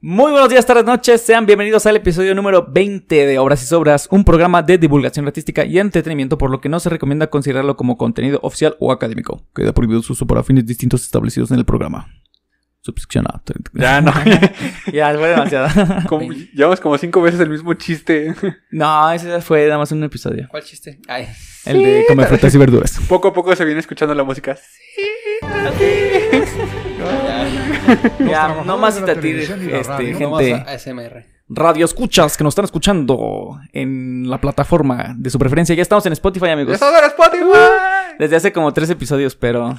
Muy buenos días, tardes, noches. Sean bienvenidos al episodio número 20 de Obras y Sobras, un programa de divulgación artística y entretenimiento, por lo que no se recomienda considerarlo como contenido oficial o académico. Queda prohibido su uso para fines distintos establecidos en el programa. Subscripción a... Ya no. ya, fue demasiado. Como- llevamos como cinco veces el mismo chiste. no, ese fue nada más un episodio. ¿Cuál chiste? Ay. El de comer frutas y verduras. Poco a poco se viene escuchando la música. Ya, no más de la intatir, televisión y la este, radio. ah. gente. Vamos a ASMR. Radio escuchas que nos están escuchando en la plataforma de su preferencia. Ya estamos en Spotify, amigos. ¡Eso era Spotify! Desde hace como tres episodios, pero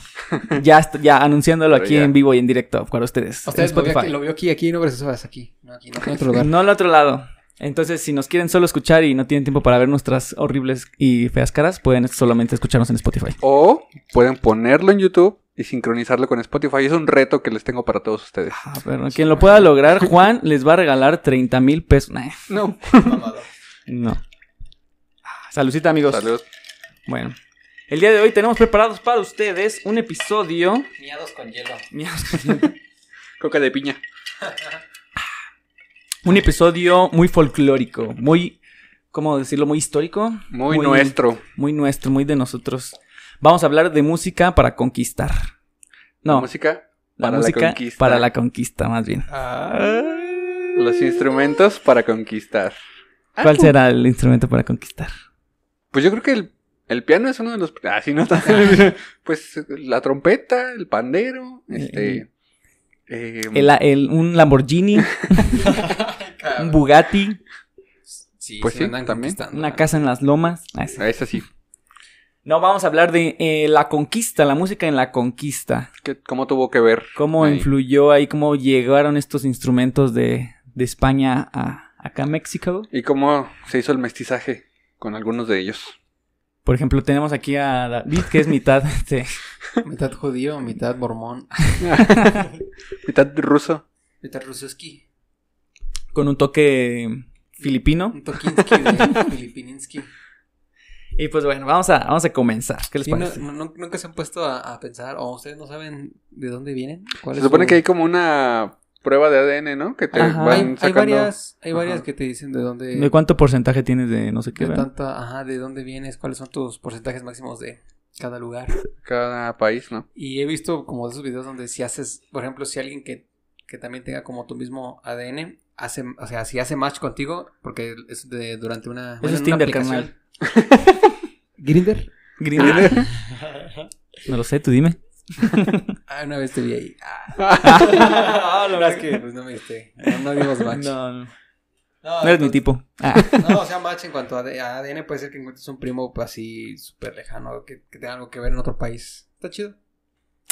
ya, est- ya anunciándolo Pero aquí ya. en vivo y en directo para ustedes. Ustedes en lo vio, Spotify. aquí, lo vio aquí, aquí, no, pero eso es aquí. No, aquí, no, en otro lugar. No al otro lado. Entonces, si nos quieren solo escuchar y no tienen tiempo para ver nuestras horribles y feas caras, pueden solamente escucharnos en Spotify. O pueden ponerlo en YouTube y sincronizarlo con Spotify. Es un reto que les tengo para todos ustedes. Ah, pero quien lo pueda lograr, Juan les va a regalar 30 mil pesos. Nah, No. no. Ah, Saludcita, amigos. Saludos. Bueno. El día de hoy tenemos preparados para ustedes un episodio. Miados con hielo. Coca de piña. Un episodio muy folclórico, muy, ¿cómo decirlo? Muy histórico. Muy, nuestro. Muy nuestro, muy de nosotros. Vamos a hablar de música para conquistar. No, Música la para la música conquista. para la conquista, más bien. Ah. Los instrumentos para conquistar. Ah, ¿Cuál será el instrumento para conquistar? Pues yo creo que el, el piano es uno de los. Ah, sí, no. pues la trompeta, el pandero, este. eh, El, el- un Lamborghini, un Bugatti, Sí, Pues se sí, andan también. conquistando. una casa en las lomas. Ah, sí. ah, Es así. No, vamos a hablar de eh, la conquista, la música en la conquista. ¿Qué- ¿Cómo tuvo que ver? cómo Ahí. influyó ahí, cómo llegaron estos instrumentos de, de España a acá a México. ¿Y cómo se hizo el mestizaje con algunos de ellos? Por ejemplo, tenemos aquí a David, que es mitad, este, Mitad judío, mitad mormón. Mitad ruso. Mitad rusioski. con un toque filipino. Un tokinski de filipininski. Y pues bueno, vamos a, vamos a comenzar. ¿Qué les Sí, no- parece? no- no- nunca se han puesto a, a pensar, o ustedes no saben de dónde vienen. ¿Cuál Se es supone su- que hay como una prueba de ADN, ¿no? Que te Ajá. van Hay, hay sacando. varias, hay varias Ajá. que te dicen de dónde. ¿De cuánto porcentaje tienes de no sé qué? de verdad? tanta, ajá, de dónde vienes, cuáles son tus porcentajes máximos de cada lugar. Cada país, ¿no? Y he visto como de esos videos donde si haces, por ejemplo, si alguien que, que también tenga como tu mismo ADN, hace, o sea, si hace match contigo, porque es de, durante una... es en una Tinder, aplicación. ¿Grinder? Grindr. no lo sé, tú dime. Ah, una vez te vi ahí. Ah, Ah, la verdad es que pues, no me diste. No, no dimos match. No, no, No, no eres mi entonces- tipo. Ah, No, o sea, match en cuanto a AD- a ADN puede ser que encuentres un primo pues, así súper lejano que, que tenga algo que ver en otro país. Está chido.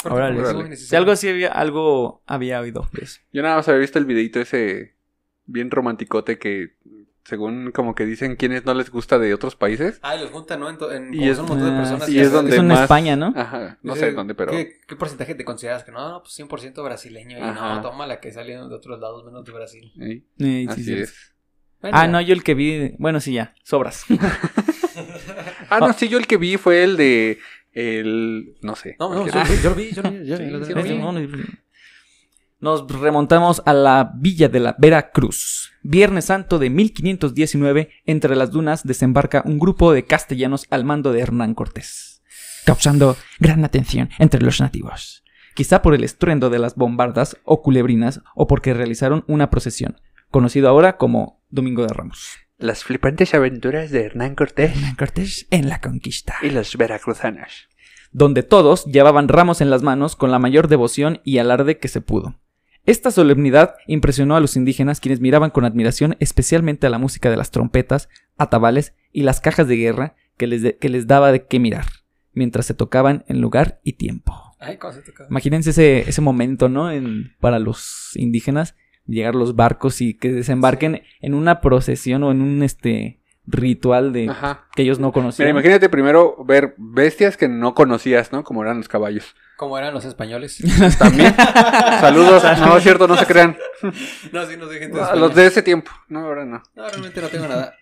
Aparte, órale. como es Órale. muy Si algo así había, algo había oído. pues. de eso. Yo nada más había visto el videito ese bien romanticote que según como que dicen quienes no les gusta de otros países. Ah, y los juntan, ¿no? En, to- en- Y como es- son un montón de Ah, personas. sí, que es hacen- donde Eso en más- España, ¿no? Ajá, no Dice, sé dónde, pero Eh, ¿Qué, qué porcentaje te consideras que no? No, pues 100% brasileño. Y Ajá. no, toma la que salió de otros lados menos de Brasil. ¿eh? Eh, sí, así sí. es. Bueno, Ah, ya. no, yo el que vi. Bueno, sí, ya. Sobras. Ah, no, sí, yo el que vi fue el de el no sé. No, no, cualquier- yo, yo lo vi, yo lo vi. yo Sí, lo vi. sí, Oye, sí. Nos remontamos a la villa de la Veracruz. Viernes Santo de 1519, entre las dunas desembarca un grupo de castellanos al mando de Hernán Cortés, causando gran atención entre los nativos. Quizá por el estruendo de las bombardas o culebrinas o porque realizaron una procesión, conocido ahora como Domingo de Ramos. Las flipantes aventuras de Hernán Cortés Hernán Cortés en la conquista. y los veracruzanos. donde todos llevaban ramos en las manos con la mayor devoción y alarde que se pudo. Esta solemnidad impresionó a los indígenas quienes miraban con admiración especialmente a la música de las trompetas, atabales y las cajas de guerra que les, de- que les daba de qué mirar, mientras se tocaban en lugar y tiempo. Ay, cómo se toca. Imagínense ese, ese momento, ¿no? En- para los indígenas, llegar los barcos y que desembarquen en una procesión o en un este ritual de Ajá. que ellos no conocían. Mira, imagínate primero ver bestias que no conocías, ¿no? Como eran los caballos. ¿Cómo eran los españoles? También. Saludos. No, es cierto, no se crean. no, sí, no soy gente de A España. Los de ese tiempo. No, ahora no. No, realmente no tengo nada.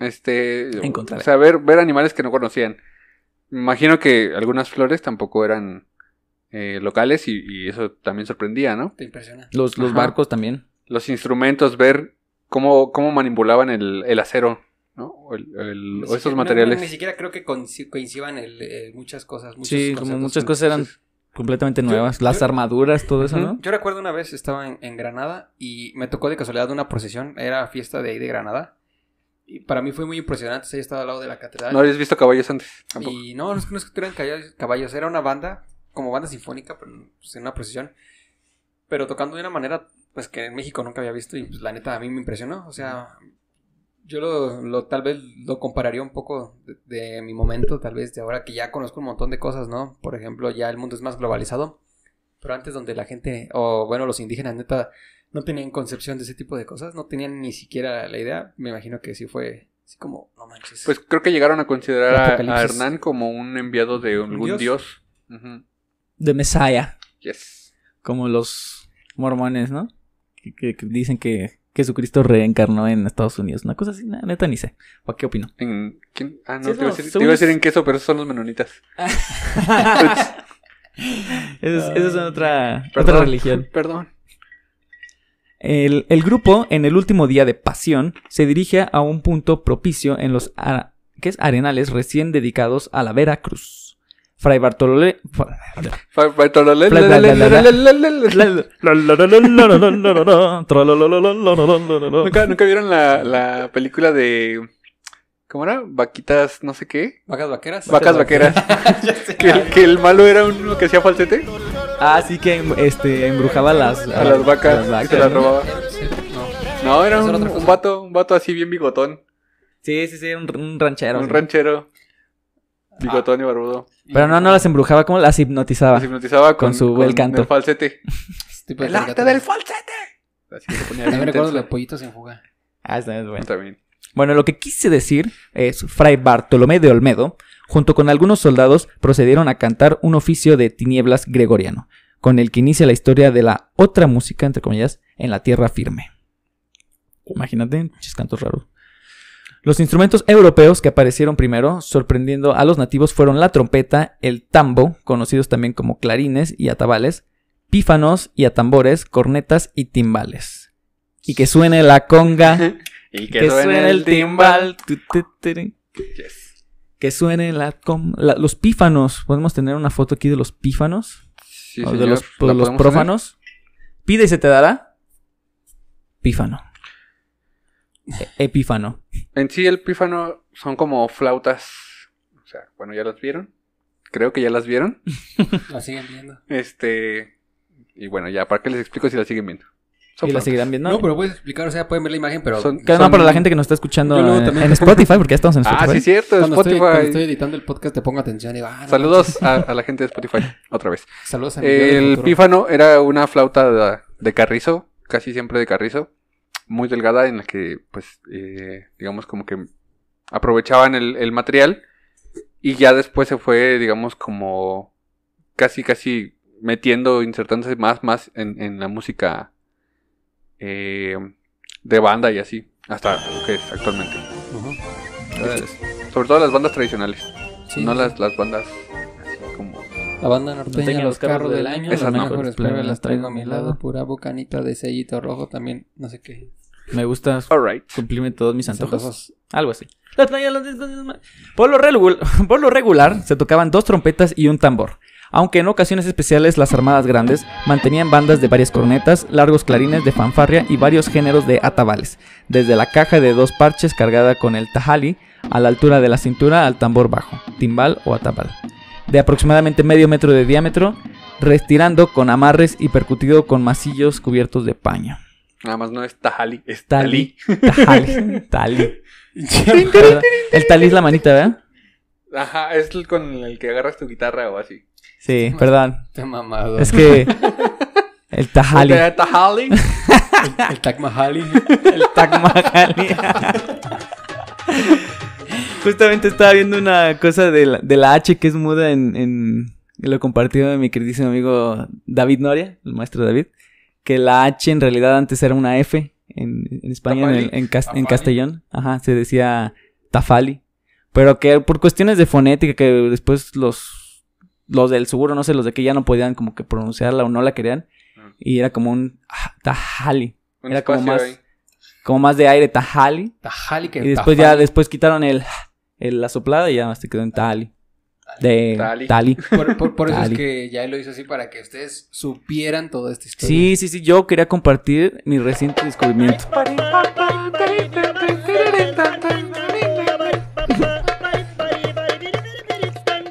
Este. Encontrar. O sea, ver, ver animales que no conocían. Me imagino que algunas flores tampoco eran eh, locales y, y eso también sorprendía, ¿no? Te impresiona. Los, los Ajá. barcos también. los instrumentos, ver cómo, cómo manipulaban el, el acero, ¿no? O, el- el- Ni o esos siquiera- Pues no, materiales. no, ni siquiera creo que coinci- coincidan el, eh, muchas cosas. muchos Sí, como conceptos muchas con- cosas eran completamente nuevas. yo- Las armaduras, todo eso, ¿no? Yo recuerdo una vez estaba en, en Granada y me tocó de casualidad una procesión. Era fiesta de ahí de Granada. Y para mí fue muy impresionante. o sea, Yo estaba al lado de la catedral. No habías visto caballos antes, tampoco. y no, no es, no es que tuvieran caballos, caballos, Era una banda, como banda sinfónica, pero pues, en una procesión. Pero tocando de una manera pues que en México nunca había visto. Y pues, la neta a mí me impresionó. O sea, yo lo, lo- tal vez lo compararía un poco de, de mi momento, tal vez de ahora que ya conozco un montón de cosas, ¿no? Por ejemplo, ya el mundo es más globalizado, pero antes donde la gente, o bueno, los indígenas neta no tenían concepción de ese tipo de cosas, no tenían ni siquiera la idea, me imagino que sí fue así como, no manches. Pues creo que llegaron a considerar a- a, Apocalipsis. Hernán como un enviado de ¿Un algún dios? dios. Ujú. De Messiah. Yes. como los mormones, ¿no? Que, que- que dicen que Jesucristo reencarnó en Estados Unidos. Una cosa así, na- neta ni sé. ¿Para qué opino? En- ¿quién? Ah, no, Sí, te, iba a no, decir, según te iba a es- decir en queso, pero esos son los menonitas. Esa es, esa es otra, otra Perdón. religión. Perdón. El, el grupo, en el último día de pasión, se dirige a un punto propicio en los a- ¿qué es? arenales recién dedicados a la Vera Cruz. Fray Bartolomé. Fa- fa- to- la- la- Bla, la- bla, la- bla, la- bla, la- la- la- la- ¿Nunca, nunca vieron la, la película de. ¿Cómo era? Vaquitas, no sé qué. ¿Vacas vaqueras? Vacas vaqueras. que, el- que el malo era uno que hacía falsete Ah, sí que este, embrujaba las, a las vacas las y se las ¿no? robaba. No. No, era Esa un, era otra cosa. un vato, un vato así bien bigotón. Sí, sí, sí, un, un ranchero. Un sí. Ah. ranchero. Bigotón y barbudo. Pero no, no las embrujaba, como las hipnotizaba. Las hipnotizaba con, Ah, Con su bel canto. el falsete. Pues, Ese tipo de ¡El arte caricaturas. del falsete! Así que se ponía bien También recuerdo los intenso. pollitos en fuga. Ah, esa es buena. También. Bueno, lo que quise decir es Fray Bartolomé de Olmedo, junto con algunos soldados, procedieron a cantar un oficio de tinieblas gregoriano, con el que inicia la historia de la otra música, entre comillas, en la tierra firme. Imagínate, pinches cantos raros. Los instrumentos europeos que aparecieron primero, sorprendiendo a los nativos, fueron la trompeta, el tambo, conocidos también como clarines y atabales, pífanos y atambores, cornetas y timbales. Y que suene la conga. Y Que, suene el timbal. tu, tu, tu, tu. Yes. Que suene la, com- la- los pífanos. Podemos tener una foto aquí de los pífanos. Sí, o de señor. los, pues, ¿La los podemos prófanos. Pide y se te dará. Pífano. E- Epífano. tener? En sí, el pífano son como flautas. O sea, bueno, ya las vieron. Creo que ya las vieron. La siguen viendo. Este. Y bueno, ya, ¿para qué les explico si la siguen viendo? Son Y la flautas. seguirán viendo. No, pero puedes explicar, o sea, pueden ver la imagen, pero Son- Que no, para la gente que nos está escuchando Yo luego en, también- en Spotify, porque ya estamos en Spotify. Ah, sí, cierto, cuando, Spotify. Estoy, cuando estoy editando el podcast te pongo atención y digo, ah, no, Saludos a, a la gente de Spotify, otra vez. manches, saludos a mi yo del El futuro. pífano era una flauta de, de carrizo, casi siempre de carrizo, muy delgada en la que, pues, eh, digamos como que aprovechaban el, el material y ya después se fue, digamos, como casi, casi metiendo, insertándose más, más en, en la música eh, de banda y así, hasta lo que es actualmente. Ujú. Sobre todo las bandas tradicionales, Sí, no sí. las, las bandas así como... La banda No norteña, tengan los carros del año, esas las no. pues, mejores plebes las traigo a mi lado, pura bocanita de sellito rojo también, no sé qué. Me gusta Alright. cumplirme todos mis Mis antojos. Algo así. La playa, los discos, los ma- Por lo, regul- por lo regular, se tocaban dos trompetas y un tambor. Aunque en ocasiones especiales las armadas grandes mantenían bandas de varias cornetas, largos clarines de fanfarria y varios géneros de atabales, desde la caja de dos parches cargada con el tajali a la altura de la cintura al tambor bajo, timbal o atabal, de aproximadamente medio metro de diámetro, retirando con amarres y percutido con masillos cubiertos de paño. Nada más no es Tajali, es Talí. Tajali, Talí. talí. El talí es la manita, ¿verdad? Ajá, es el con el que agarras tu guitarra o así. Sí, perdón. Este mamado. Es que el Tajali, ¿Te- Tajali. El Tag Mahali. el Taj Mahal. Justamente estaba viendo una cosa de la, de la H que es muda en, en- Lo compartió mi queridísimo amigo David Noria, el maestro David. Que la H en realidad antes era una F en, en España, en, el- en cas- en Tafali. castellón. Ajá, se decía Tafali. Pero que por cuestiones de fonética, que después los, los del seguro, no sé, los de que ya no podían como que pronunciarla o no la querían. Mm. Y era como un ah, Tajali. un Era como espacio más- ahí. Como más de aire Tajali. Tajali que Y después ya, tajali. después quitaron el, el la soplada y ya se quedó en Tali. De Tali. Tali. Por, por- por eso es Tajali. que ya lo hizo así para que ustedes supieran toda esta historia. Sí, sí, sí, yo quería compartir mi reciente descubrimiento.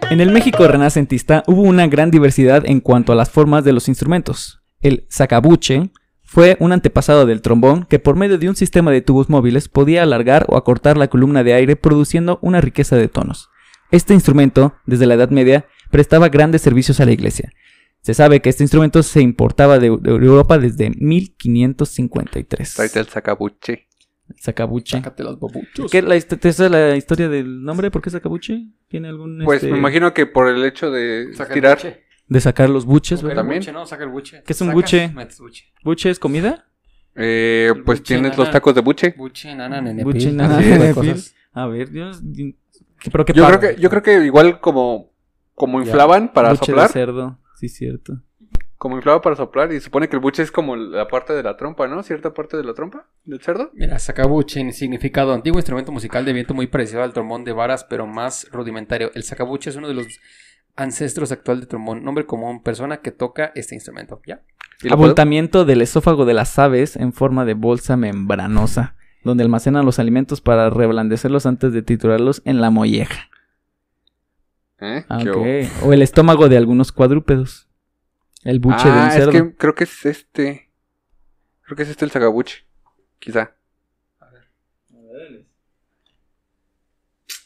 En el México renacentista hubo una gran diversidad en cuanto a las formas de los instrumentos. El sacabuche fue un antepasado del trombón que por medio de un sistema de tubos móviles podía alargar o acortar la columna de aire produciendo una riqueza de tonos. Este instrumento, desde la Edad Media, prestaba grandes servicios a la iglesia. Se sabe que este instrumento se importaba de, de Europa desde 1553. Tráete el sacabuche. Sacabuche. Sácate los bobuchos. ¿Qué, la, hist- esa es la historia del nombre? ¿Por qué Sacabuche? ¿Tiene algún... Pues este, me imagino que por el hecho de Saca el tirar. buche. De sacar los buches, Saca el ¿verdad? También. buche, no, saca el buche. ¿Qué es un Sacas, buche? metes buche. ¿Buche es comida? eh, El pues buche, tienes nana. los tacos de buche. Buche, nana, nene. Buche, pil, nana, ese tipo de nene, cosas. pil. A ver, Dios... ¿Pero qué Yo pasa? creo que, yo creo que igual como, como Ya. inflaban para Buche de soplar. cerdo, sí, cierto. Como inflaba para soplar. Y supone que el buche es como la parte de la trompa, ¿no? Cierta parte de la trompa del cerdo. Mira, sacabuche en significado antiguo instrumento musical de viento muy parecido al trombón de varas, pero más rudimentario. El sacabuche es uno de los ancestros actual del trombón, nombre común, persona que toca este instrumento. ¿Ya? Y lo puedo- Abultamiento del esófago de las aves en forma de bolsa membranosa, donde almacenan los alimentos para reblandecerlos antes de triturarlos en la molleja. ¿Eh? Ah, ¿Qué hubo? ok. O el estómago de algunos cuadrúpedos. El buche de un ah, cerdo. es que creo que es este. Creo que es este el sacabuche. Quizá.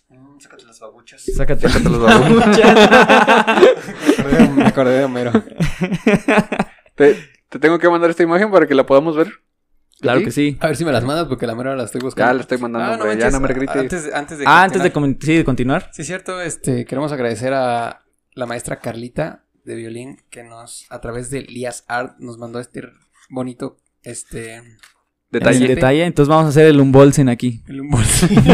Mm, sácate las babuchas. Sácate Sácate los babos. Me acordé de Homero. te, te tengo que mandar esta imagen para que la podamos ver. Claro que sí. A ver si me las mandas porque la mera la estoy Ya buscando. la estoy mandando, Ah, hombre, ya manches, no me grites. Antes, antes de Ah, antes de, continuar. com- sí, de continuar. Sí, cierto, este, queremos agradecer a la maestra Carlita de violín que nos, a través de Lias Art, nos mandó este bonito, este, Detalle. Detalle. detalle. Entonces vamos a hacer el unbolsen aquí. el humor.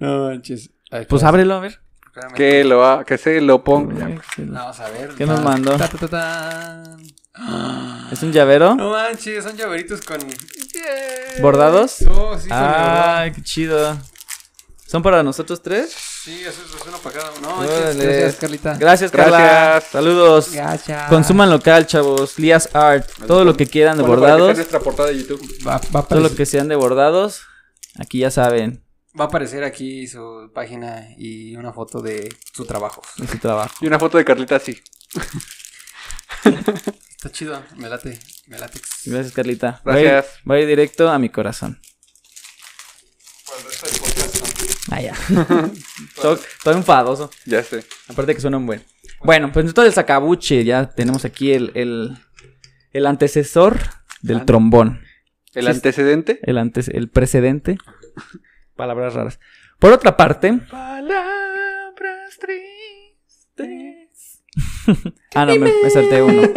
no manches. A ver, Pues espérame, ábrelo, a ver. espérame. Que, lo, ha- que se lo ponga. Vamos a ver. ¿Qué nos Ta- mandó? ta- ta- ta- tan. Ah, ¿Es un llavero? No manches, son llaveritos con... ¿Bordados? Oh, sí, son bordados. Ay, qué chido. ¿Son para nosotros tres? Sí, eso es uno para cada uno. No, manches, Órale. gracias, Carlita. Gracias, Carla. Gracias. Saludos. Gracias. Consuman local, chavos. Lías Art. Todo lo que quieran de Bueno, para que sea bordados. nuestra portada de YouTube. Va, va a Todo aparecer- lo que sean de bordados. Aquí ya saben. Va a aparecer aquí su página y una foto de su trabajo. En su trabajo. Y una foto de Carlita así. Está chido, me late, me late. Gracias, Carlita. Gracias. Voy, voy directo a mi corazón. Ah, ya. Todo- todo enfadoso. Ya sé. Aparte que suena un buen. Bueno, pues entonces el sacabuche, ya tenemos aquí el, el, el antecesor del Ah. trombón. El Sí. antecedente. El, antes, el precedente. Palabras raras. Por otra parte. Palabras tristes. Ah, no, me, me salté uno.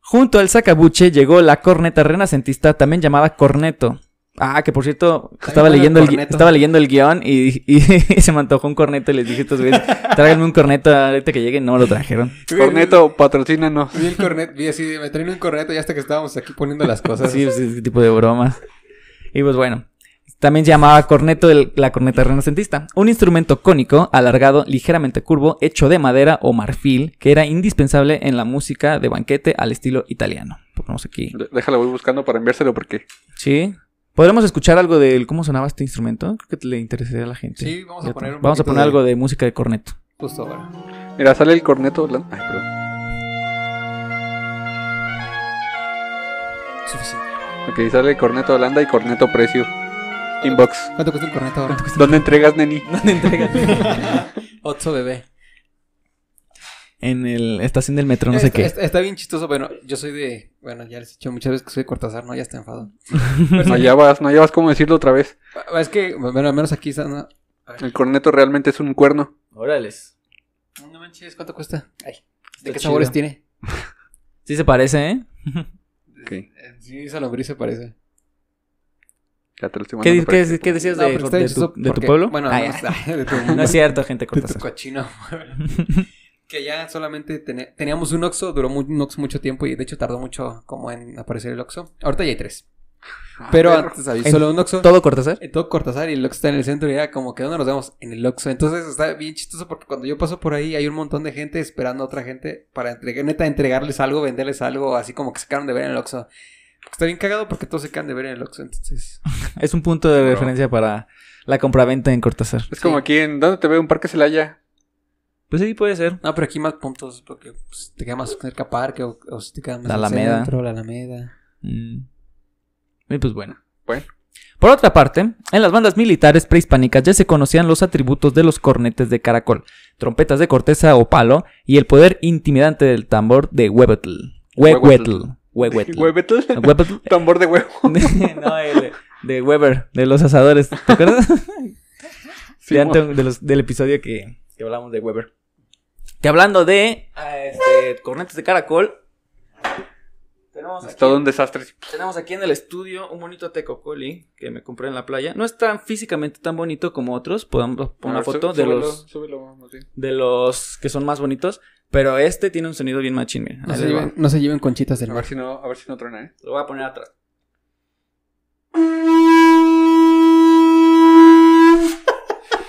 Junto al sacabuche llegó la corneta renacentista, también llamada corneto. Ah, que por cierto, estaba bueno el leyendo, el, gui- corneto. estaba leyendo el guión y, y se me antojó un corneto y les dije a estos güeyes, tráiganme un corneto ahorita que lleguen. No lo trajeron. Corneto, patrocínanos. Vi el cornet, vi así, me traen un corneto ya hasta que estábamos aquí poniendo las cosas. Sí, pues, ese tipo de bromas. Y pues bueno. También se llamaba corneto el- la corneta renacentista, un instrumento cónico, alargado, ligeramente curvo, hecho de madera o marfil, que era indispensable en la música de banquete al estilo italiano. Ponemos aquí. De- Déjala, voy buscando para enviárselo porque. Sí. ¿Podremos escuchar algo del cómo sonaba este instrumento? Creo que le interesaría a la gente. Sí, vamos a Ya poner te- un Vamos a poquito poner de- algo de música de corneto. Justo ahora. Mira, sale el corneto. hablando- Ay, perdón. Suficiente. Ok, sale el corneto Holanda y corneto precio. Inbox. ¿Cuánto cuesta el corneto ahora? ¿Dónde entregas, neni? Otso bebé. En el estación del metro, no sé Está- qué. Está, está bien chistoso, bueno, yo soy de, bueno, ya les he dicho muchas veces que soy de Cortázar, no, ya está enfado. No llevas, no llevas cómo decirlo otra vez. Ah, Es que, bueno, al menos aquí está, no, El corneto realmente es un cuerno. Órales. no manches, ¿cuánto cuesta? Ay, ¿de Está qué sabores chido. tiene? Sí se parece, ¿eh? Ok, Eh, Sí, esa lombriz se parece. ya te lo estoy ¿Qué, mandando. di- para qué- que- qué decías No, de, pero está de chistoso tu, de tu porque- pueblo? Bueno, Ah, no, ya. de tu, No es cierto, gente de tu Cortázar. cochino. Que ya solamente tene- teníamos un Oxxo, duró mu- un Oxxo mucho tiempo y de hecho tardó mucho como en aparecer el Oxxo. Ahorita ya hay tres. Pero perro. antes había En solo un Oxxo. Todo Cortázar. En todo Cortázar y el Oxxo está en el centro y era como que ¿dónde nos vemos? En el Oxxo. Entonces está bien chistoso porque cuando yo paso por ahí hay un montón de gente esperando a otra gente para entregar, neta, entregarles algo, venderles algo, así como que se quedaron de ver en el Oxxo. Está bien cagado porque todos se quedan de ver en el Oxxo, entonces... Es un punto de Bro. referencia para la compraventa en Cortázar. Es como aquí en. ¿Dónde te veo un parque Celaya? Pues sí, puede ser. No, pero aquí más puntos porque pues, te queda más cerca parque o, o si te queda más La al Alameda. centro, la Alameda. Mm. Y pues bueno. Bueno. Por otra parte, en las bandas militares prehispánicas ya se conocían los atributos de los cornetes de caracol, trompetas de corteza o palo y el poder intimidante del tambor de huehuetl. Huehuetl. Huehuetl. Huevetl. Huehuetl. Tambor de huevo. no, el de Weber, de los asadores. ¿Te acuerdas? Sí, de antes de los- del episodio que, que hablamos de Weber. Que hablando de ah, este, cornetes de caracol, tenemos Es aquí, todo un desastre. tenemos aquí en el estudio un bonito tecocoli que me compré en la playa. No es tan físicamente tan bonito como otros. Podemos poner una A ver, foto sú- de súbelo, los, súbelo, más bien. de los que son más bonitos. Pero este tiene un sonido bien machín. miren. No Ahí se, les va. lleven, no se lleven conchitas del A ver mar. si no, a ver si no truena, ¿eh? Lo voy a poner atrás.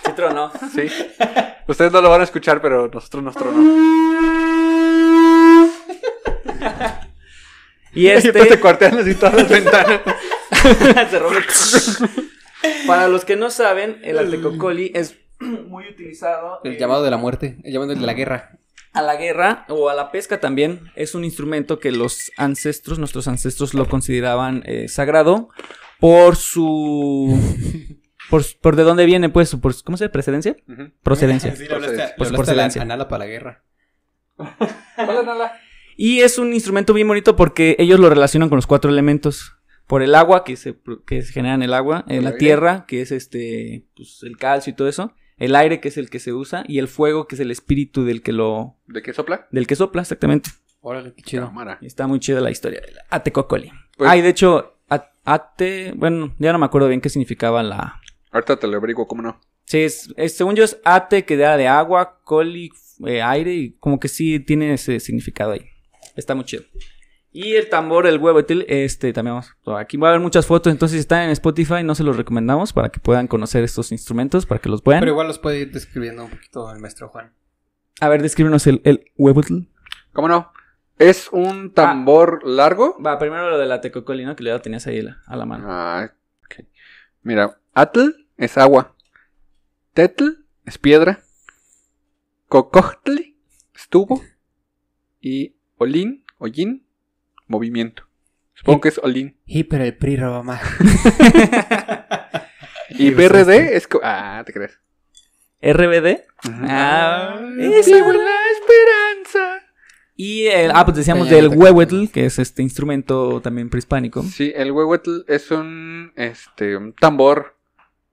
Sí tronó. Sí. Ustedes no lo van a escuchar, pero nosotros nos tronó. Y este Entonces te cortean así todas las ventanas. cerró el- Para los que no saben, el atecocoli es muy utilizado El eh, llamado de la muerte, el llamado de la guerra. a la guerra o a la pesca también. Es un instrumento que los ancestros, nuestros ancestros lo consideraban eh, sagrado por su por, por de dónde viene pues, su- por su- ¿cómo se dice? ¿Precedencia? Ujú. Procedencia. Sí, le hablaste- Procedencia. le Pues, hablaste a la- procedencia. a Nala para la guerra. Hola, Nala. Y es un instrumento bien bonito porque ellos lo relacionan con los cuatro elementos. Por el agua que se, pro- que se genera en el agua, en el la aire. tierra, que es este pues, el calcio y todo eso, el aire que es el que se usa, y el fuego que es el espíritu del que lo, ¿De qué sopla? del que sopla, exactamente. Órale, qué chido. Cámara. Está muy chida la historia del Atecocoli. Pues- Ay, de hecho, a- ate, bueno, ya no me acuerdo bien qué significaba la. Ahorita te lo averiguo, ¿cómo no? Sí, es, es- según yo es ate que da de agua, coli, eh, aire, y como que sí tiene ese significado ahí. Está muy chido. Y el tambor, el huevo, este también vamos. Aquí va a haber muchas fotos, entonces si están en Spotify, no se los recomendamos para que puedan conocer estos instrumentos, para que los vean. Pero igual los puede ir describiendo un poquito el maestro Juan. A ver, descríbenos el, el huevotl. ¿Cómo no? Es un tambor largo. Va, primero lo de la tecocoli, ¿no? Que ya lo tenías ahí la- a la mano. Ah, ok. Mira, atl es agua. Tetl es piedra. Cocojtl es tubo. Y olín, ollín, movimiento. Supongo que es olín. Y pero el PRI roba más. Y BRD es... co- Ah, te crees. RBD. Ah, esa. vivo en la esperanza. Y el, ah, pues decíamos Peña del Nieto. huehuetl, que es este instrumento también prehispánico. Sí, el huehuetl es un, este, un tambor.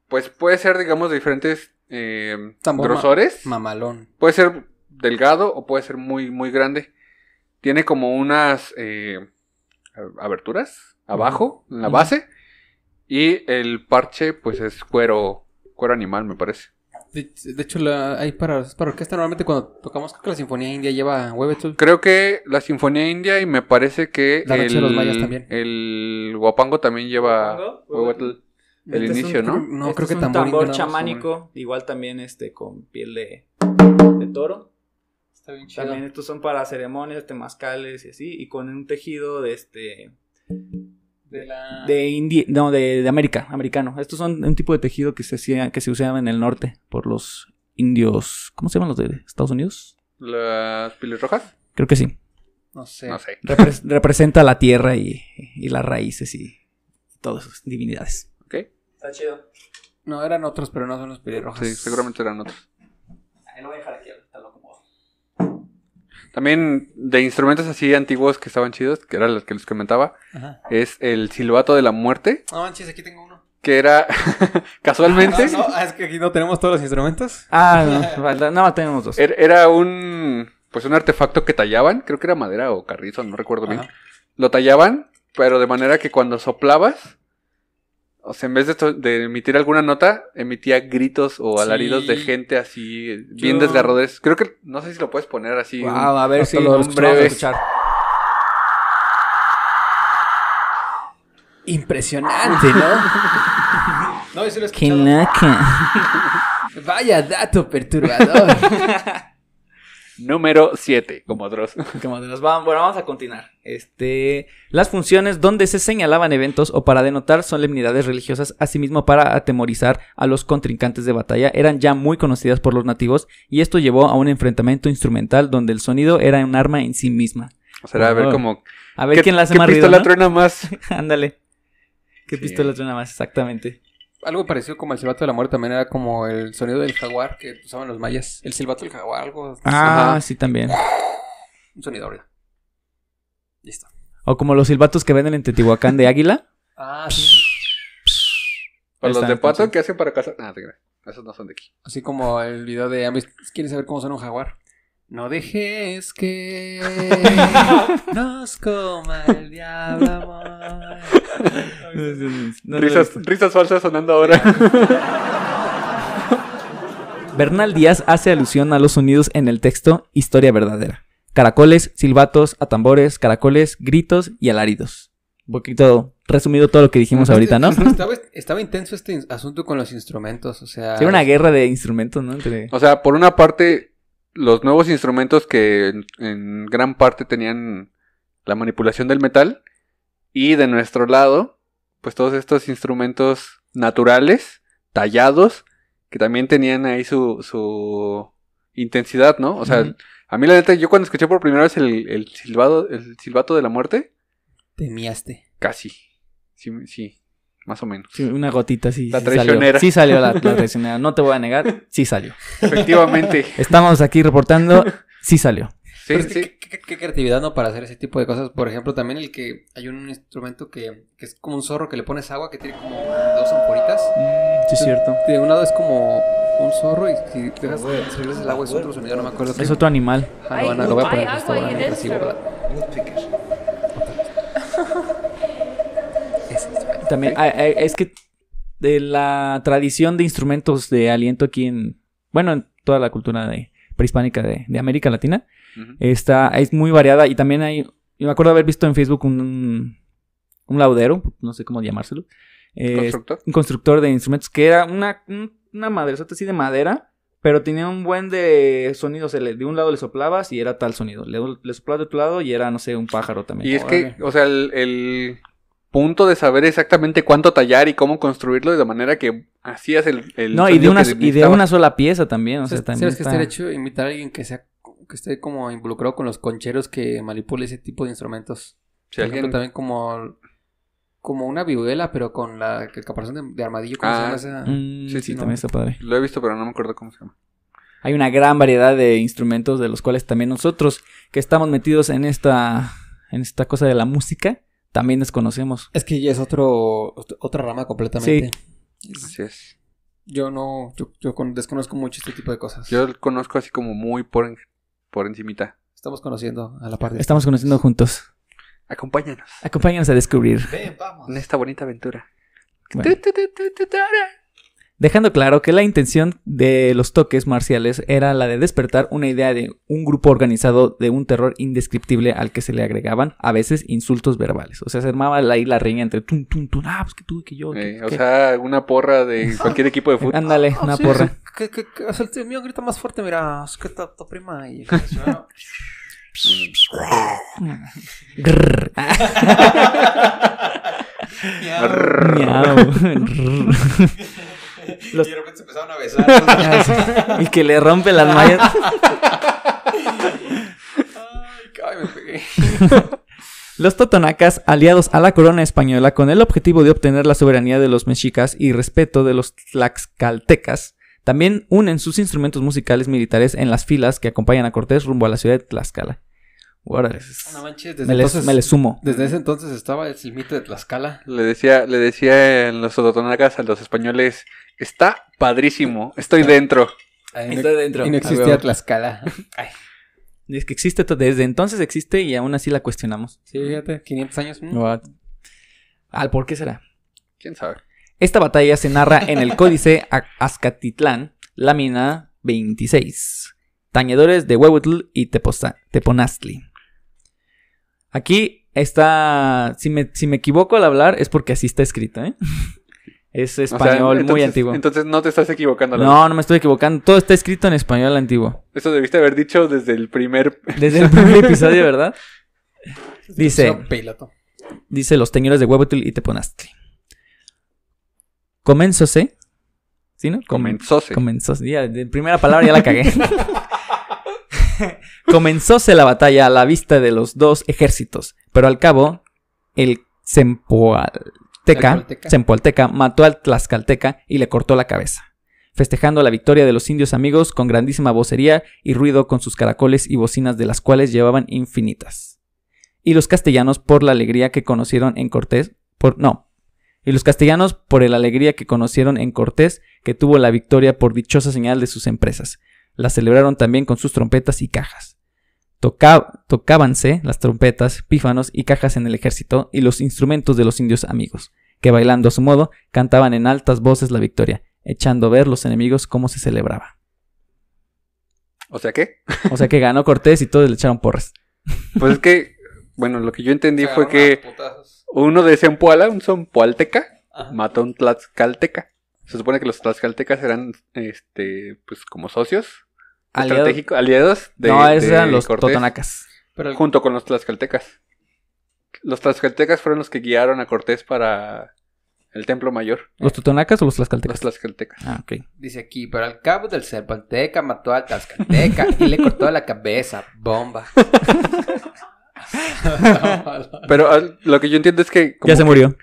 Pues puede ser, digamos, de diferentes eh, Tambor ma- grosores. Mamalón. Puede ser delgado o puede ser muy, muy grande. Tiene como unas eh, a- aberturas abajo, en la Ujú. base. Y el parche, pues es cuero, cuero animal, me parece. De, de hecho, la, hay para, es para orquesta normalmente cuando tocamos, creo que la Sinfonía India lleva huevetul. Creo que la Sinfonía India y me parece que La Noche el, de los Mayas también. el guapango también lleva ¿Guapango? huehuetl. Este El es inicio, un- ¿no? No, Este creo es que un tambor. tambor indio nada más. chamánico, igual también este con piel de, de toro. Está bien chido. También estos son para ceremonias, temazcales y así, y con un tejido de este De la... de India, no, de, de América, americano. Estos son un tipo de tejido que se hacía, que se usaba en el norte por los indios, ¿cómo se llaman los de Estados Unidos? ¿Las piles rojas? Creo que sí. No sé. No sé. Repres- representa la tierra y, y las raíces y todas sus divinidades. ¿Ok? Está chido. No, eran otros, pero no son los pelirrojos. Sí, seguramente eran otros. Ahí lo voy a dejar aquí, ahorita lo acomodo. También de instrumentos así antiguos que estaban chidos, que eran los que les comentaba, Ajá. es el silbato de la muerte, No manches, aquí tengo uno. que era casualmente No, no, es que aquí no tenemos todos los instrumentos. Ah, no, falta- nada más tenemos dos. er- era un pues un artefacto que tallaban, creo que era madera o carrizo, no recuerdo bien. Ajá. Lo tallaban, pero de manera que cuando soplabas O sea, en vez de, to- de emitir alguna nota, emitía gritos o Sí. alaridos de gente así, eh, bien Yo- desgarradores. Creo que, no sé si lo puedes poner así. un- Wow, a ver hasta si lo lo vamos a breve. escuchar. Impresionante, ¿no? no, eso lo he ¡Qué escuchado. naca! Vaya dato perturbador. Número 7, como otros. Como de las va- Bueno, vamos a continuar. Este, las funciones donde se señalaban eventos o para denotar solemnidades religiosas, asimismo para atemorizar a los contrincantes de batalla, eran ya muy conocidas por los nativos y esto llevó a un enfrentamiento instrumental donde el sonido era un arma en sí misma. O sea, era a ver Wow. como... A ver quién la hace qué más ruido, pistola ¿no? truena más? Ándale. ¿Qué Sí. pistola truena más? Exactamente. algo parecido como el silbato del amor también era como el sonido del jaguar que usaban los mayas. El silbato del jaguar, algo. Ah, Ajá. sí, también. Un sonido ahorita. Listo. O como los silbatos que venden en Teotihuacán de águila. Ah, sí. O Ahí los está, de pato entonces. que hacen para cazar. Ah, te creas. Esos no son de aquí. Así como el video de Amis. ¿Quieres saber cómo suena un jaguar? No dejes que nos coma el diablo, amor. No, no, risas, risas falsas sonando ahora. Bernal Díaz hace alusión a los sonidos en el texto Historia Verdadera. Caracoles, silbatos, atambores, caracoles, gritos y alaridos. Un poquito resumido todo lo que dijimos ahorita, ¿no? Estaba, estaba intenso este in- asunto con los instrumentos, o sea... Era una guerra de instrumentos, ¿no? Entre... O sea, por una parte, los nuevos instrumentos que en, en gran parte tenían la manipulación del metal. Y de nuestro lado, pues todos estos instrumentos naturales, tallados, que también tenían ahí su, su intensidad, ¿no? O sea, Ujú. a mí la neta, yo cuando escuché por primera vez el, el, silbado, el silbato de la muerte, Te miaste. casi. Sí, sí, más o menos. Sí, una gotita, sí. La sí traicionera. Salió. Sí salió la, la traicionera, no te voy a negar, sí salió. Efectivamente. Estamos aquí reportando, sí salió. Sí, Pero Pues es que sí. qué- qué- qué creatividad, ¿no? Para hacer ese tipo de cosas. Por ejemplo, también el que hay un instrumento que, que es como un zorro que le pones agua que tiene como dos amporitas. Mm, Sí, es cierto. De un lado es como un zorro y si dejas si regresas el agua es otro sonido, no me acuerdo. Es otro animal. Ah, no, no, lo voy a poner Ay, justo agua ahora y mientras sigo dentro. hablando. Ese instrumento. También, ah, ah, es que de la tradición de instrumentos de aliento aquí en, bueno, en toda la cultura de- prehispánica de, de América Latina, Ujú. está, es muy variada y también hay, yo me acuerdo haber visto en Facebook un, un laudero, no sé cómo llamárselo, eh, Constructor. un constructor de instrumentos que era una, un- una madresota así de madera, pero tenía un buen de sonidos, se le- de un lado le soplabas y era tal sonido, le, le soplabas de otro lado y era, no sé, un pájaro también. Y es Órale. que, o sea, el, el punto de saber exactamente cuánto tallar y cómo construirlo de la manera que hacías el. el no, y de, sonido una, que y de necesitabas. una sola pieza también, o sea, ¿Sabes, también sabes que está- estaría hecho invitar a alguien que sea que esté como involucrado con los concheros que manipule ese tipo de instrumentos? Si Por ejemplo, alguien- también como, como una vihuela, pero con la el caparazón de, de armadillo. ¿Cómo Ah, se llama esa? Mm, Sí, sí, sí, no. también está padre. Lo he visto, pero no me acuerdo cómo se llama. Hay una gran variedad de instrumentos de los cuales también nosotros que estamos metidos en esta en esta cosa de la música también desconocemos. Es que ya es otro, ot- otra rama completamente. Así es. Yo no, yo, yo con- desconozco mucho este tipo de cosas. Yo lo conozco así como muy por, en- por encimita. Estamos conociendo a la parte. Estamos conociendo juntos. Acompáñanos Acompáñanos a descubrir. Ven, vamos. en esta bonita aventura. Bueno. Tu, tu, tu, tu, tu, tara. Dejando claro que la intención de los toques marciales era la de despertar una idea de un grupo organizado de un terror indescriptible al que se le agregaban a veces insultos verbales. O sea, se armaba ahí la riña entre tum, tum, tum, ah, pues que tú, que yo. que- Eh, o que- sea, una porra de cualquier equipo de fútbol. Ándale, Ah, una porra. Que, que, que- o sea, el tío mío grita más fuerte, mira, es que tu, tu prima. Y... Grrr. Ah, Miau. Los- de repente se empezaron a besar. El que le rompe las Ah. mallas. Ay, ay, me pegué. Los totonacas, aliados a la corona española con el objetivo de obtener la soberanía de los mexicas y respeto de los tlaxcaltecas, también unen sus instrumentos musicales militares en las filas que acompañan a Cortés rumbo a la ciudad de Tlaxcala. Órale, es- No manches, desde me, les, entonces. me les sumo. Desde ese entonces estaba el mito de Tlaxcala. Le decía, le decía en los ototonacas a los españoles, está padrísimo, estoy dentro. Ahí no- Estoy dentro. Y no A existía Ah, huevo. Tlaxcala. Ay, Es que existe, to- desde entonces existe y aún así la cuestionamos. sí, fíjate, 500 años. mm. Al ¿por qué será? ¿Quién sabe? Esta batalla se narra en el Códice A- Azcatitlán, lámina 26. Tañedores de Huehutl y Teposa- Teponastli. Aquí está. Si me, si me equivoco al hablar, es porque así está escrito, ¿eh? Es O sea, español muy entonces- antiguo. Entonces no te estás equivocando. la- No, no me estoy equivocando. Todo está escrito en español antiguo. Eso debiste haber dicho desde el primer... Desde el primer episodio, ¿verdad? Dice- Es un piloto. Dice los teñores de Huehuetl y Teponastli. Comenzóse. ¿Sí, no? Comen- Comenzóse. Comenzóse. Ya, de primera palabra ya la cagué. Comenzóse la batalla a la vista de los dos ejércitos, pero al cabo, el Zempoalteca, Zempoalteca. Zempoalteca mató al Tlaxcalteca y le cortó la cabeza, festejando la victoria de los indios amigos con grandísima vocería y ruido con sus caracoles y bocinas de las cuales llevaban infinitas. Y los castellanos por la alegría que conocieron en Cortés, por no. Y los castellanos por la alegría que conocieron en Cortés, que tuvo la victoria por dichosa señal de sus empresas. La celebraron también con sus trompetas y cajas. Toca- tocábanse las trompetas, pífanos y cajas en el ejército y los instrumentos de los indios amigos, que bailando a su modo cantaban en altas voces la victoria, echando a ver los enemigos cómo se celebraba. O sea, ¿qué? O sea que ganó Cortés y todos le echaron porras. Pues es que, bueno, lo que yo entendí Se fue que agarraron a putazos. uno de Zempoala, un Zempoalteca, Ajá. mató a un Tlaxcalteca. Se supone que los Tlaxcaltecas eran, este, pues como socios Aliado- estratégicos, aliados de no, esos de eran los Cortés, Eh. totonacas. Pero el- Junto con los Tlaxcaltecas. Los Tlaxcaltecas fueron los que guiaron a Cortés para el Templo Mayor. ¿Los totonacas o los Los tlaxcaltecas? Tlaxcaltecas. Ah, ok. dice aquí, pero al cabo del Serpanteca mató al Tlaxcalteca y le cortó la cabeza. Bomba. Pero al- lo que yo entiendo es que como, Ya se murió.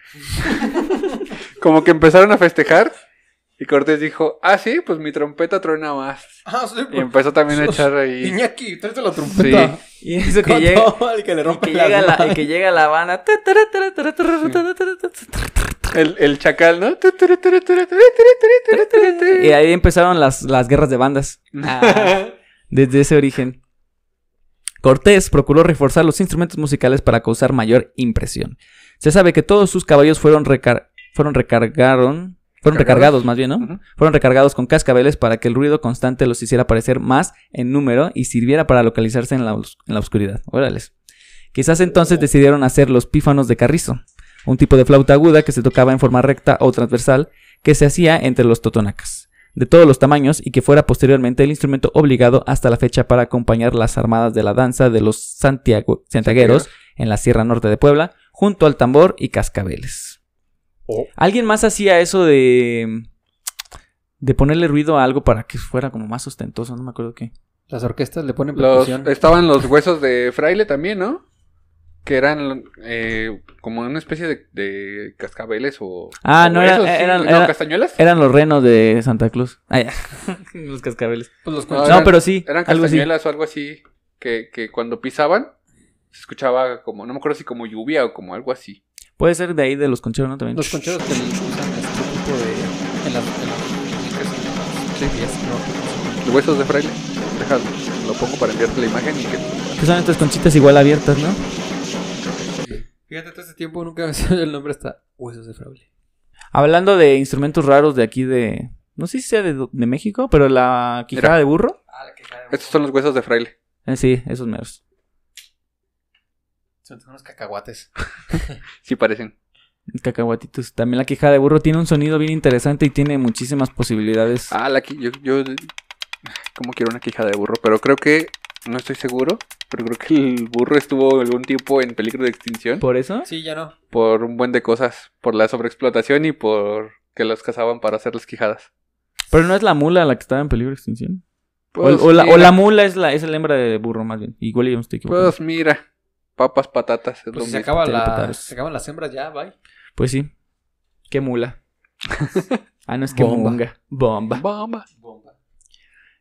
como que empezaron a festejar y Cortés dijo, ah, sí, pues mi trompeta truena más. ah, sí, Em, Y empezó también a echar ahí... Iñaki, tráete la trompeta. Y eso Con todo el que le y rompe que llega las la- y manos. que llega a La Habana. El, el chacal, ¿no? Y ahí empezaron las, las guerras de bandas. desde ese origen. Cortés procuró reforzar los instrumentos musicales para causar mayor impresión. Se sabe que todos sus caballos fueron, recar- fueron recargaron. Fueron Recargados. recargados, más bien, ¿no? Ujú. Fueron recargados con cascabeles para que el ruido constante los hiciera parecer más en número y sirviera para localizarse en la, os- en la oscuridad. Órales. Quizás entonces decidieron hacer los pífanos de carrizo, un tipo de flauta aguda que se tocaba en forma recta o transversal que se hacía entre los totonacas, de todos los tamaños y que fuera posteriormente el instrumento obligado hasta la fecha para acompañar las armadas de la danza de los santiago- santiagueros en la Sierra Norte de Puebla, junto al tambor y cascabeles. Oh. ¿Alguien más hacía eso de de ponerle ruido a algo para que fuera como más ostentoso? No me acuerdo qué. Las orquestas le ponen Los, percusión. estaban los huesos de fraile también, ¿no? Que eran eh, como una especie de, de cascabeles o... Ah, o no, era- eran- ¿no? era- ¿Castañuelas? Eran los renos de Santa Cruz. Ah, ya. los cascabeles. Pues los No, No, conchos. eran- pero sí. Eran algo así. castañuelas o algo así que, que cuando pisaban se escuchaba como... No me acuerdo si como lluvia o como algo así. Puede ser de ahí de los concheros, ¿no? También. Los concheros que usan este tipo de. En las. En las. Sí, ¿no? Los huesos de fraile. Déjalo. Lo pongo para enviarte la imagen y que... Que son estas conchitas igual abiertas, ¿no? Fíjate, todo este tiempo nunca me salió el nombre hasta Huesos de Fraule. Hablando de instrumentos raros de aquí de. No sé si sea de, de México, pero la quijada Mira. de burro. Ah, la que Estos son los huesos de fraile. Eh, sí, esos meros. Son unos cacahuates. Sí parecen. Cacahuatitos. También la quijada de burro tiene un sonido bien interesante y tiene muchísimas posibilidades. Ah, la qui- yo, yo como quiero una quijada de burro, pero creo que no estoy seguro, pero creo que el burro estuvo algún tiempo en peligro de extinción por, ¿Por eso? Sí, ya no. un buen de cosas, por la sobreexplotación y por que los cazaban para hacer las quijadas. Pero no es la mula la que estaba en peligro de extinción. O, Pues o la, o la mula es la, es la hembra de burro, más bien. Igual yo me estoy equivocando. Pues mira, papas, patatas, es lo Pues si se mismo. acaba la. Telepetados. Se acaban las hembras ya, bye. Pues sí. Qué mula. ah, no es que Bomba. munga. Bomba. Bomba. Bomba.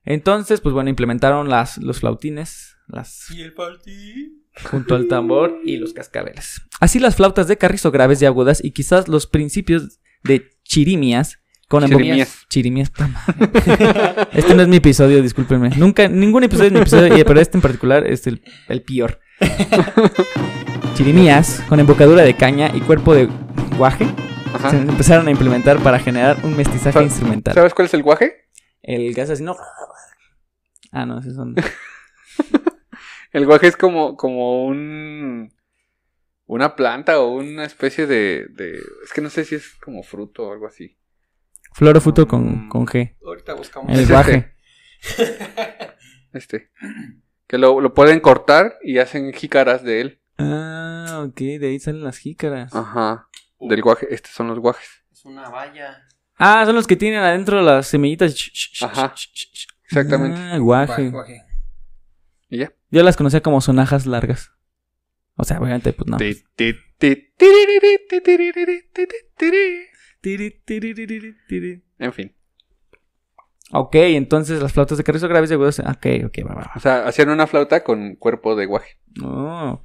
Entonces, pues bueno, implementaron las, los flautines, las Y el party. junto al tambor y los cascabeles. Así las flautas de carrizo graves y agudas y quizás los principios de chirimias con embo- Chirimías. Chirimías, puta madre. Este no es mi episodio, discúlpenme. Nunca, ningún episodio es mi episodio, y- pero este en particular es el, el peor. Chirimías con embocadura de caña y cuerpo de guaje Ajá. se empezaron a implementar para generar un mestizaje Ah. Sa- instrumental. ¿Sabes cuál es el guaje? El gas así no. Ah, no, esos son. El guaje es como, como un. Una planta o una especie de, de- Es que no sé si es como fruto o algo así. Florofuto con, con G. Ahorita buscamos. El Es guaje. Este. Que lo, lo pueden cortar y hacen jícaras de él. Ah, ok, de ahí salen las jícaras. Ajá. Del guaje. Estos son los guajes. Es una valla. Ah, son los que tienen adentro las semillitas. Ajá. Exactamente. Exactamente. Ah, guaje. Guaje. Y ya. Yo las conocía como sonajas largas. O sea, obviamente, pues no. Ti, ti, ti, tiriri, ti, tiriri, ti, ti, tiri. Tiri, tiri, tiri, tiri. En fin. Ok, entonces las flautas de carrizo graves de huevos. Ok, ok, va, va, va. O sea, hacían una flauta con cuerpo de guaje. Oh.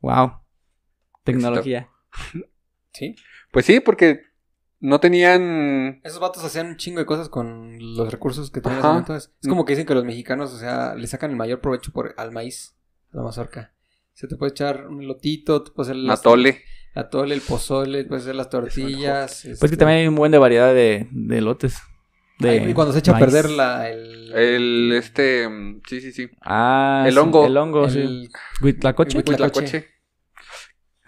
Wow. Tecnología. Sí. Pues sí, porque no tenían. Esos vatos hacían un chingo de cosas con los recursos que Ajá. tenían. Entonces, Mm. es como que dicen que los mexicanos, o sea, le sacan el mayor provecho por, al maíz, a la mazorca. Se te puede echar un elotito, te puede hacer las- Atole. atole, el pozole, puedes hacer las tortillas. este, Pues que también hay un buen de variedad de, de lotes. Y cuando se echa a perder la, el, El este. mm, Sí, sí, sí. Ah, el sí, hongo. El hongo, sí. el- ¿Huitlacoche? Huitlacoche. Huitlacoche.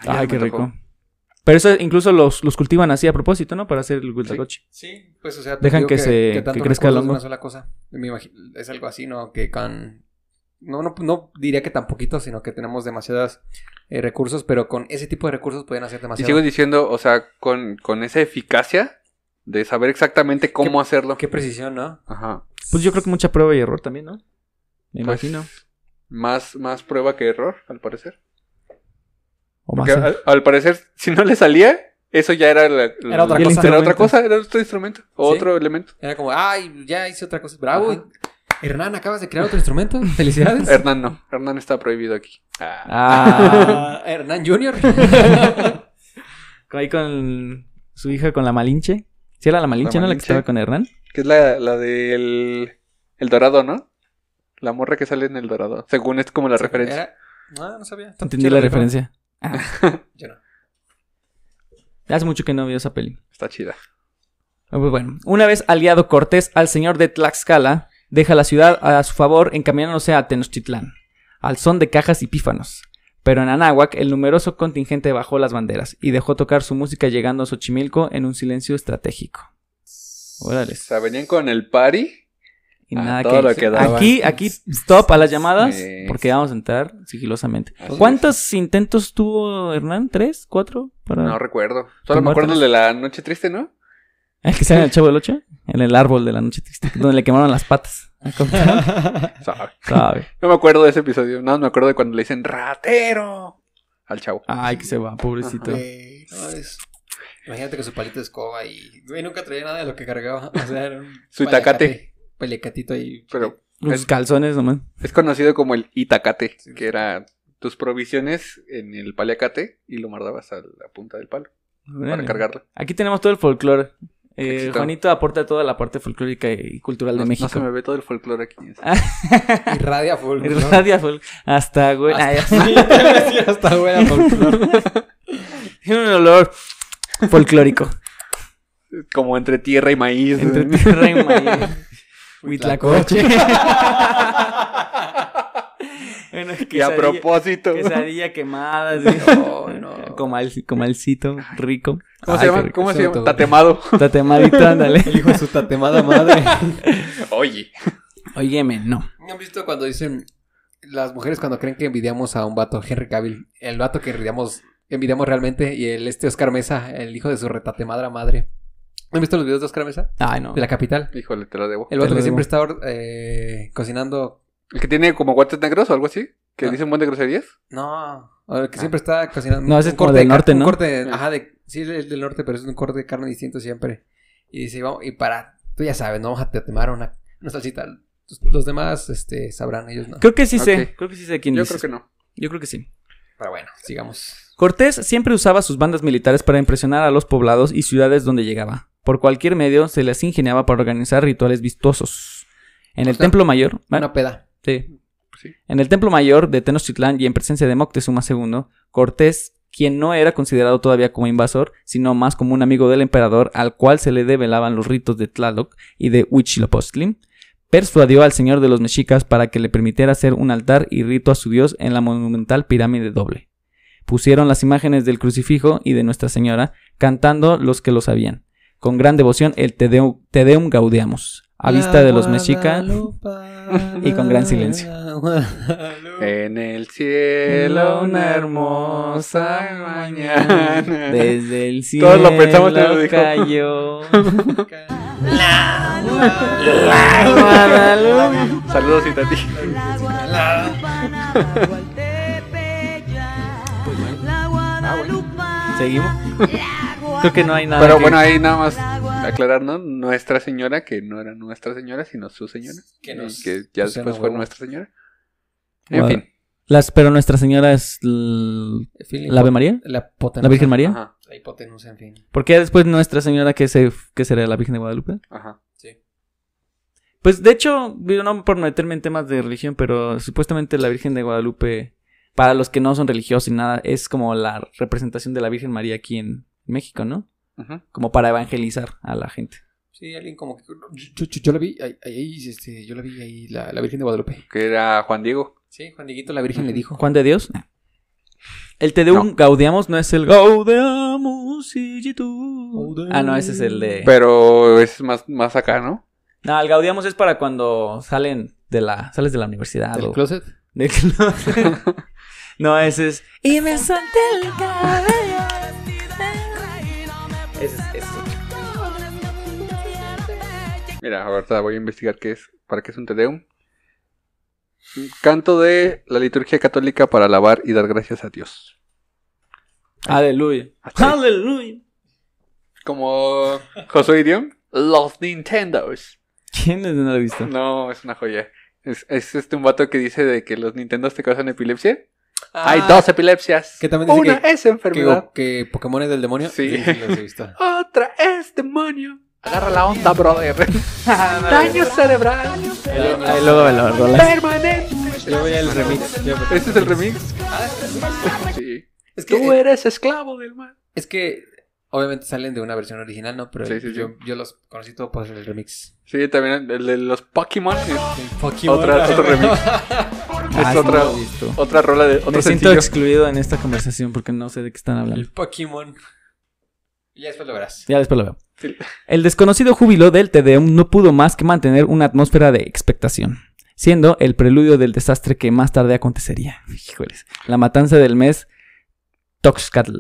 ya Ay, me qué tocó. rico. Pero eso incluso los, los cultivan así a propósito, ¿no? Para hacer el huitlacoche. Sí, pues o sea, Dejan digo que se- tanto que crezca recurso el es hongo. Una sola cosa. Me imagi- es algo así, ¿no? Que con... No, no, no diría que tan poquito, sino que tenemos demasiados eh, recursos, pero con ese tipo de recursos pueden hacer Y demasiado. sigo diciendo, o sea, con, con esa eficacia de saber exactamente cómo hacerlo. Qué precisión, ¿no? Ajá. Pues yo creo que mucha prueba y error también, ¿no? Me Pues, imagino. Más, más prueba que error, al parecer. O más. Porque al, al parecer, si no le salía, eso ya era, la- la- Era otra la- cosa. Era otra cosa, era otro instrumento. o Sí. Otro elemento. Era como, ay, ya hice otra cosa. Bravo. Ajá. Hernán, acabas de crear otro instrumento. Felicidades. Hernán no. Hernán está prohibido aquí. Ah. Ah, Ah, Hernán Junior. ahí con su hija con la Malinche. ¿Sí era la Malinche, no? La que Malinche. estaba con Hernán. Que es la, la del el dorado, ¿no? La morra que sale en el dorado. Según es como la referencia. Era- No, no sabía. Entendí la referencia. Ah, Yo no. hace mucho que no veo esa peli. Está chida. Ah, pues Bueno, una vez aliado Cortés al señor de Tlaxcala, deja la ciudad a su favor encaminándose a Tenochtitlán, al son de cajas y pífanos. Pero en Anáhuac, el numeroso contingente bajó las banderas y dejó tocar su música llegando a Xochimilco en un silencio estratégico. Órale. O sea, venían con el party. Y Ah, nada todo que lo que daban. Aquí, aquí, stop a las llamadas, Sí. porque vamos a entrar sigilosamente. Así ¿Cuántos intentos tuvo Hernán? ¿Tres? ¿Cuatro? Para... No recuerdo. Solo me muertes? acuerdo de la noche triste, ¿no? ¿El que sale en el Chavo del Ocho? En el árbol de la noche triste, donde le quemaron las patas. O sea, Sabe. no me acuerdo de ese episodio. Nada, más me acuerdo de cuando le dicen ratero al chavo. Ay, que se va, pobrecito. Güey, no mames. Imagínate que su palito de escoba y... Güey, nunca traía nada de lo que cargaba. O sea, era un... Su itacate. palacate- Palacatito ahí. Pero Los calzones nomás. es conocido como el itacate, que era tus provisiones en el paliacate y lo mardabas a la punta del palo para Órale. cargarla. Aquí tenemos todo el folclore. Eh, Éxito. Juanito aporta toda la parte folclórica y cultural No, de no México. se me ve todo el folclore aquí. Irradia full. ¿no? Irradia fol- Hasta, güey. Hasta- Ay, Sí, te iba a decir, hasta güey, a folclore. Tiene un olor folclórico. Como entre tierra y maíz. Entre tierra y maíz. Huitlacoche. bueno, Y a quesadilla- propósito. Quesadilla quemada. sí. No, no. Comal- comalcito rico. ¿Cómo Ay, se qué llama? rico. ¿Cómo se Sobre llama? todo. Tatemado. Tatemadito, ándale. El hijo de su tatemada madre. Oye. Óyeme, no. ¿Han visto cuando dicen las mujeres cuando creen que envidiamos a un vato, Henry Cavill? El vato que envidiamos, que envidiamos realmente y el este Oscar Mesa, el hijo de su retatemadra madre. ¿Han visto los videos de Oscar Mesa? Ay, no. De la capital. Híjole, te lo debo. Te El vato lo que siempre debo. está eh, cocinando. El que tiene como guantes negros o algo así. Que Ah. dice un buen de groserías. No. o el que siempre está cocinando. Ah. No, ese es como de del car- norte, un ¿no? corte de- Sí. ajá, de, sí, es del norte, pero es un corte de carne distinto siempre. Y dice, vamos, y para, tú ya sabes, no vamos a tatemar una, una salsita. Los demás este, sabrán, ellos no. Creo que sí sé. Ok. Creo que sí sé quién Yo dices. creo que no. Yo creo que sí. Pero bueno, sigamos. Cortés siempre usaba sus bandas militares para impresionar a los poblados y ciudades donde llegaba. Por cualquier medio se les ingeniaba para organizar rituales vistosos. En O el sea, Templo Mayor, bueno, Una peda. sí. Sí. en el Templo Mayor de Tenochtitlán y en presencia de Moctezuma II, Cortés quien no era considerado todavía como invasor, sino más como un amigo del emperador al cual se le develaban los ritos de Tlaloc y de Huitzilopochtli, persuadió al señor de los mexicas para que le permitiera hacer un altar y rito a su dios en la monumental pirámide doble. Pusieron las imágenes del crucifijo y de Nuestra Señora, cantando los que lo sabían. Con gran devoción el Te Deum, Te Deum Gaudeamus, a vista de los mexicas y con gran silencio. En el cielo una hermosa mañana. Desde el cielo Todos lo pensamos, te lo dijo. cayó La Guadalupe. Saludos, Itati. Seguimos. Creo que no hay nada. Pero que- bueno, ahí nada más aclararnos, Nuestra Señora, que no era Nuestra Señora, sino su señora. Que Que, nos- que ya pues, era después fue huevo. Nuestra Señora. En Guada- fin. Las, pero Nuestra Señora es l- la Ave María, La hipotenusa. la Virgen María. Ajá, La hipotenusa, en fin. ¿Por qué después Nuestra Señora que se que será la Virgen de Guadalupe? ajá. Sí. Pues de hecho, digo, no por meterme en temas de religión, pero supuestamente la Virgen de Guadalupe, para los que no son religiosos y nada, es como la representación de la Virgen María aquí en México, ¿no? Ujú. Como para evangelizar a la gente. Sí, alguien como que. Yo, yo- yo la vi ahí, ahí, este, yo la vi ahí, la, la Virgen de Guadalupe. Que era Juan Diego. Sí, Juan Dieguito, la Virgen le dijo. Mm, Juan de Dios. El Te Deum Gaudeamus no es el Gaudeamus y tú. Ah, no, ese es el de. Pero es más, más acá, ¿no? No, el Gaudeamus es para cuando salen de la sales de la universidad ¿Del o- closet? del closet. no, ese es Y me solté el cabello Ese es, este. ese es otro. Mira, ahorita voy a investigar qué es, para qué es un Tedeum. Canto de la liturgia católica para alabar y dar gracias a Dios. Aleluya. Hasta ahí. Aleluya. Como Josué Irión, los Nintendos. ¿Quién es? No lo he visto. No, es una joya. Es, es este un vato que dice de que los Nintendos te causan epilepsia. Hay dos epilepsias. que también dice Una que- es Que, enfermedad. que Pokémon es del demonio. Sí. los he visto. Otra es demonio. Agarra la onda, brother. Daño cerebral. Ahí luego me lo rolas. Permanente. Yo voy al remix. yo- ¿Ese es el remix? Sí. Es que, eh, Tú eres esclavo del mal. es que obviamente salen de una versión original, ¿no? Pero Sí, sí, sí. yo, yo los conocí todo por el remix. Sí, también el de los Pokémon. Es, Pokémon. Ah, Otra- otro remix. es otra, otra rola de otro Me siento sencillo. excluido en esta conversación porque no sé de qué están hablando. El Pokémon. Ya después lo verás. Ya después lo veo. Sí. El desconocido júbilo del Tedeum no pudo más que mantener una atmósfera de expectación, siendo el preludio del desastre que más tarde acontecería. Híjoles. La matanza del mes Toxcatl.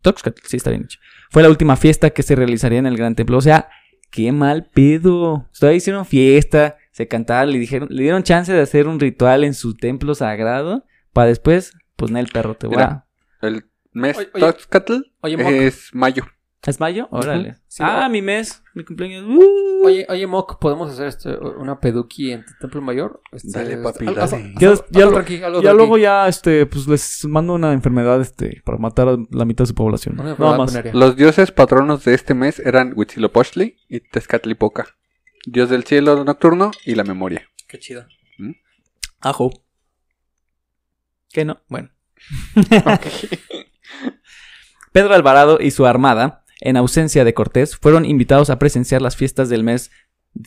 Toxcatl, sí, está bien dicho. Fue la última fiesta que se realizaría en el gran templo. O sea, qué mal pedo. Todavía hicieron fiesta, se cantaron, le dijeron, le dieron chance de hacer un ritual en su templo sagrado para después, pues, nel perro, te voy a... Mira. El mes Oye, oye. Toxcatl Oye, Moc. es mayo. ¿Es mayo? Órale. Sí, ah, o- mi mes, mi cumpleaños. ¡Uh! Oye, oye, Moc, ¿podemos hacer esto, una peduqui en tu templo mayor? Este, Dale, papi, haz- dale. haz- Ya- haz- ya hazlo lo- tranqui, hazlo Ya tranqui. luego ya, este, pues les mando una enfermedad, este, para matar a la mitad de su población. Una Nada enfermedad más. venérea. Los dioses patronos de este mes eran Huitzilopochtli y Tezcatlipoca. Dios del cielo nocturno y la memoria. Qué chido. Ajo. Que no, bueno. Pedro Alvarado y su armada, en ausencia de Cortés, fueron invitados a presenciar las fiestas del mes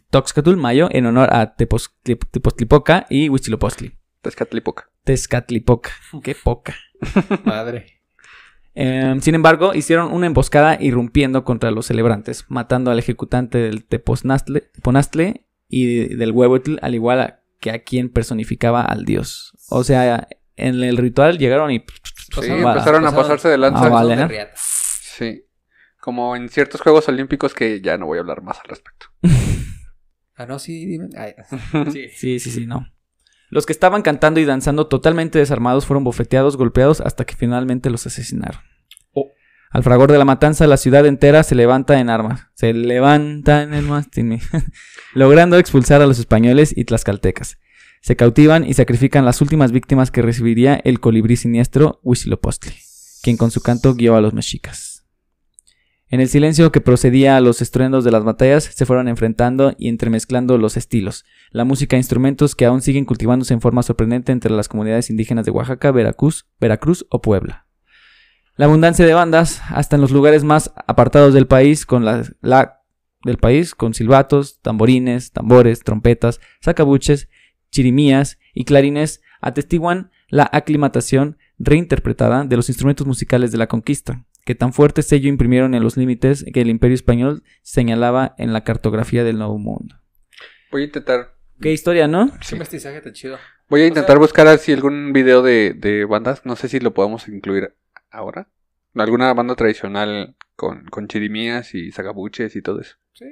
Toxcatul Mayo en honor a Tepos- Tep- Tepoztlipoca y Huitzilopochtli. Tezcatlipoca. Tezcatlipoca. Qué poca. Madre. Eh, sin embargo, hicieron una emboscada irrumpiendo contra los celebrantes, matando al ejecutante del Tepoznastle- Teponastle y del Huehuetl, al igual a- que a quien personificaba al dios. O sea, en el ritual llegaron y... Sí, Pasaron- empezaron a pasarse de lanza. Ah, vale, de ¿no? riata. Sí. Como en ciertos Juegos Olímpicos que ya no voy a hablar más al respecto. Ah, no, sí, dime. Ay, sí. Sí, sí, sí, no. Los que estaban cantando y danzando totalmente desarmados fueron bofeteados, golpeados, hasta que finalmente los asesinaron. Oh. Al fragor de la matanza, la ciudad entera se levanta en armas. Se levanta en el mástil, logrando expulsar a los españoles y tlaxcaltecas. Se cautivan y sacrifican las últimas víctimas que recibiría el colibrí siniestro Huitzilopochtli, quien con su canto guió a los mexicas. En el silencio que procedía a los estruendos de las batallas, se fueron enfrentando y entremezclando los estilos, la música e instrumentos que aún siguen cultivándose en forma sorprendente entre las comunidades indígenas de Oaxaca, Veracruz, Veracruz o Puebla. La abundancia de bandas, hasta en los lugares más apartados del país, con la, la- del país, con silbatos, tamborines, tambores, trompetas, sacabuches, chirimías y clarines, atestiguan la aclimatación reinterpretada de los instrumentos musicales de la conquista, que tan fuerte sello imprimieron en los límites que el imperio español señalaba en la cartografía del Nuevo Mundo. Voy a intentar. Qué historia, ¿no? Ese mestizaje tan chido. Voy a O intentar sea- buscar así algún video de, de bandas. No sé si lo podemos incluir ahora. Alguna banda tradicional con, con chirimías y sacabuches y todo eso. Sí.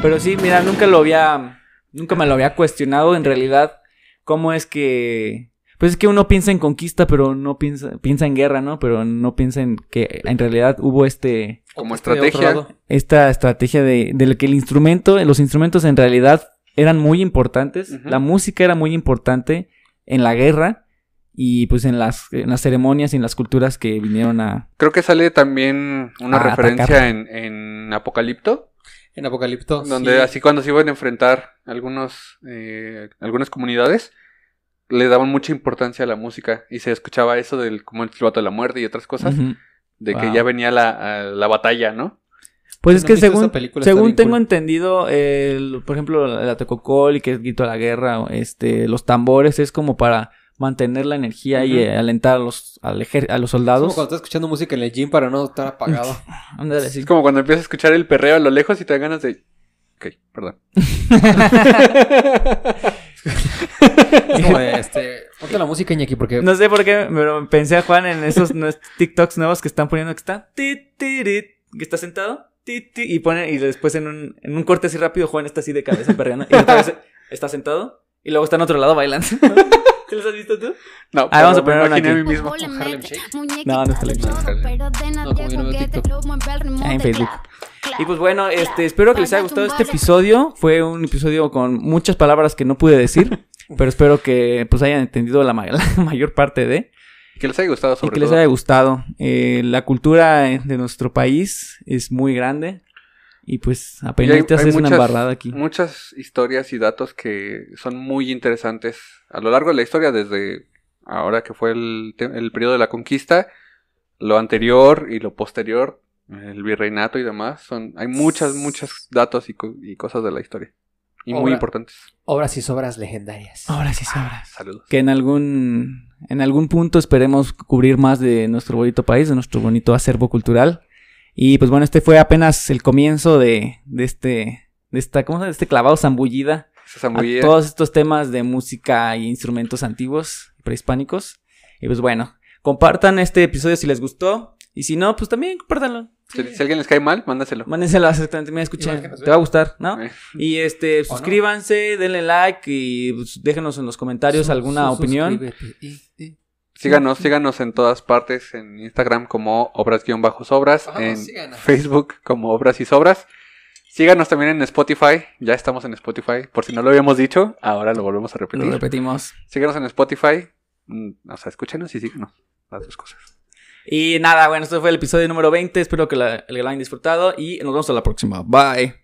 Pero sí, mira, nunca lo había. Nunca me lo había cuestionado en realidad. ¿Cómo es que.? Pues es que uno piensa en conquista, pero no piensa, piensa en guerra, ¿no? Pero no piensa en que en realidad hubo este, Como Este de otro estrategia. lado. esta estrategia de, de que el instrumento, los instrumentos en realidad eran muy importantes. Ujú. La música era muy importante en la guerra y pues en las, en las ceremonias y en las culturas que vinieron a... Creo que sale también una Ah, referencia atacar. en, en Apocalipto. En Oh, Apocalipto. Donde sí. así cuando se iban a enfrentar algunos, eh, algunas comunidades, le daban mucha importancia a la música y se escuchaba eso del como el silbato de la muerte y otras cosas, Ujú. de que Wow. ya venía la, a la batalla, ¿no? Pues Si es no que han visto según, esa película, está según bien tengo cool. entendido, el- por ejemplo, la Tococol y que es grito a la guerra, o este, los tambores es como para mantener la energía y Ujú. eh, alentar a los, al ejer- a los Es como soldados. cuando estás escuchando música en el gym para no estar apagado. Ándale, sí. Es como cuando empiezas a escuchar el perreo a lo lejos y te dan ganas de... Ok, perdón. es como de, este. Ponte la música, Iñaki, porque. No sé por qué, pero pensé a Juan en esos nues- TikToks nuevos que están poniendo que está ti, ti, ri, que está sentado ti, ti, y pone y después en un, en un corte así rápido Juan está así de cabeza perreando y otra vez está sentado y luego está en otro lado bailando. ¿Te los has visto tú? No, Ah, vamos a pero poner una me imaginé a aquí. mí mismo. Como le Harlem mete, Shake. muñequita No, no está de Harlem choro, Shake. pero de nadie como yo no veo coquete, TikTok. lo mueve al ritmo Ah, en de Facebook. clap, clap. Y pues bueno, este, espero que les haya gustado este episodio. Fue un episodio con muchas palabras que no pude decir, pero espero que pues hayan entendido la, ma- la mayor parte de Que les haya gustado y sobre que les todo. haya gustado. Eh, la cultura eh, de nuestro país es muy grande y pues Y apenas te haces una embarrada aquí. muchas historias y datos que son muy interesantes a lo largo de la historia, desde ahora que fue el, te- el periodo de la conquista, lo anterior y lo posterior, el virreinato y demás. son Hay muchas, muchos datos y, co- y cosas de la historia. Y muy Ahora- importantes. Obras y sobras legendarias. Ahora sí sabrás. Saludos. Que en algún en algún punto esperemos cubrir más de nuestro bonito país, de nuestro bonito acervo cultural. Y pues bueno, este fue apenas el comienzo de, de este de esta ¿cómo se llama? De este clavado zambullida Esa a zambullida. todos estos temas de música y instrumentos antiguos, prehispánicos. Y pues bueno, compartan este episodio si les gustó. Y si no, pues también compártanlo. Si, si alguien les cae mal, mándaselo. Mándenselo exactamente, me escuché. Igual que nos Te va a gustar, ¿no? Eh, Y este, suscríbanse, denle like y pues, déjenos en los comentarios Su- alguna su- opinión. suscríbete y- y- Síganos, síganos en todas partes, en Instagram como obras-sobras, Ajá, en síganos. Facebook como obras y sobras. Síganos también en Spotify, ya estamos en Spotify, por si no lo habíamos dicho, ahora lo volvemos a Lo repetir. repetimos. síganos en Spotify, mm, o sea, escúchenos y síganos, las dos cosas. Y nada, bueno, este fue el episodio número 20. Espero que la- que lo hayan disfrutado y nos vemos a la próxima. Bye.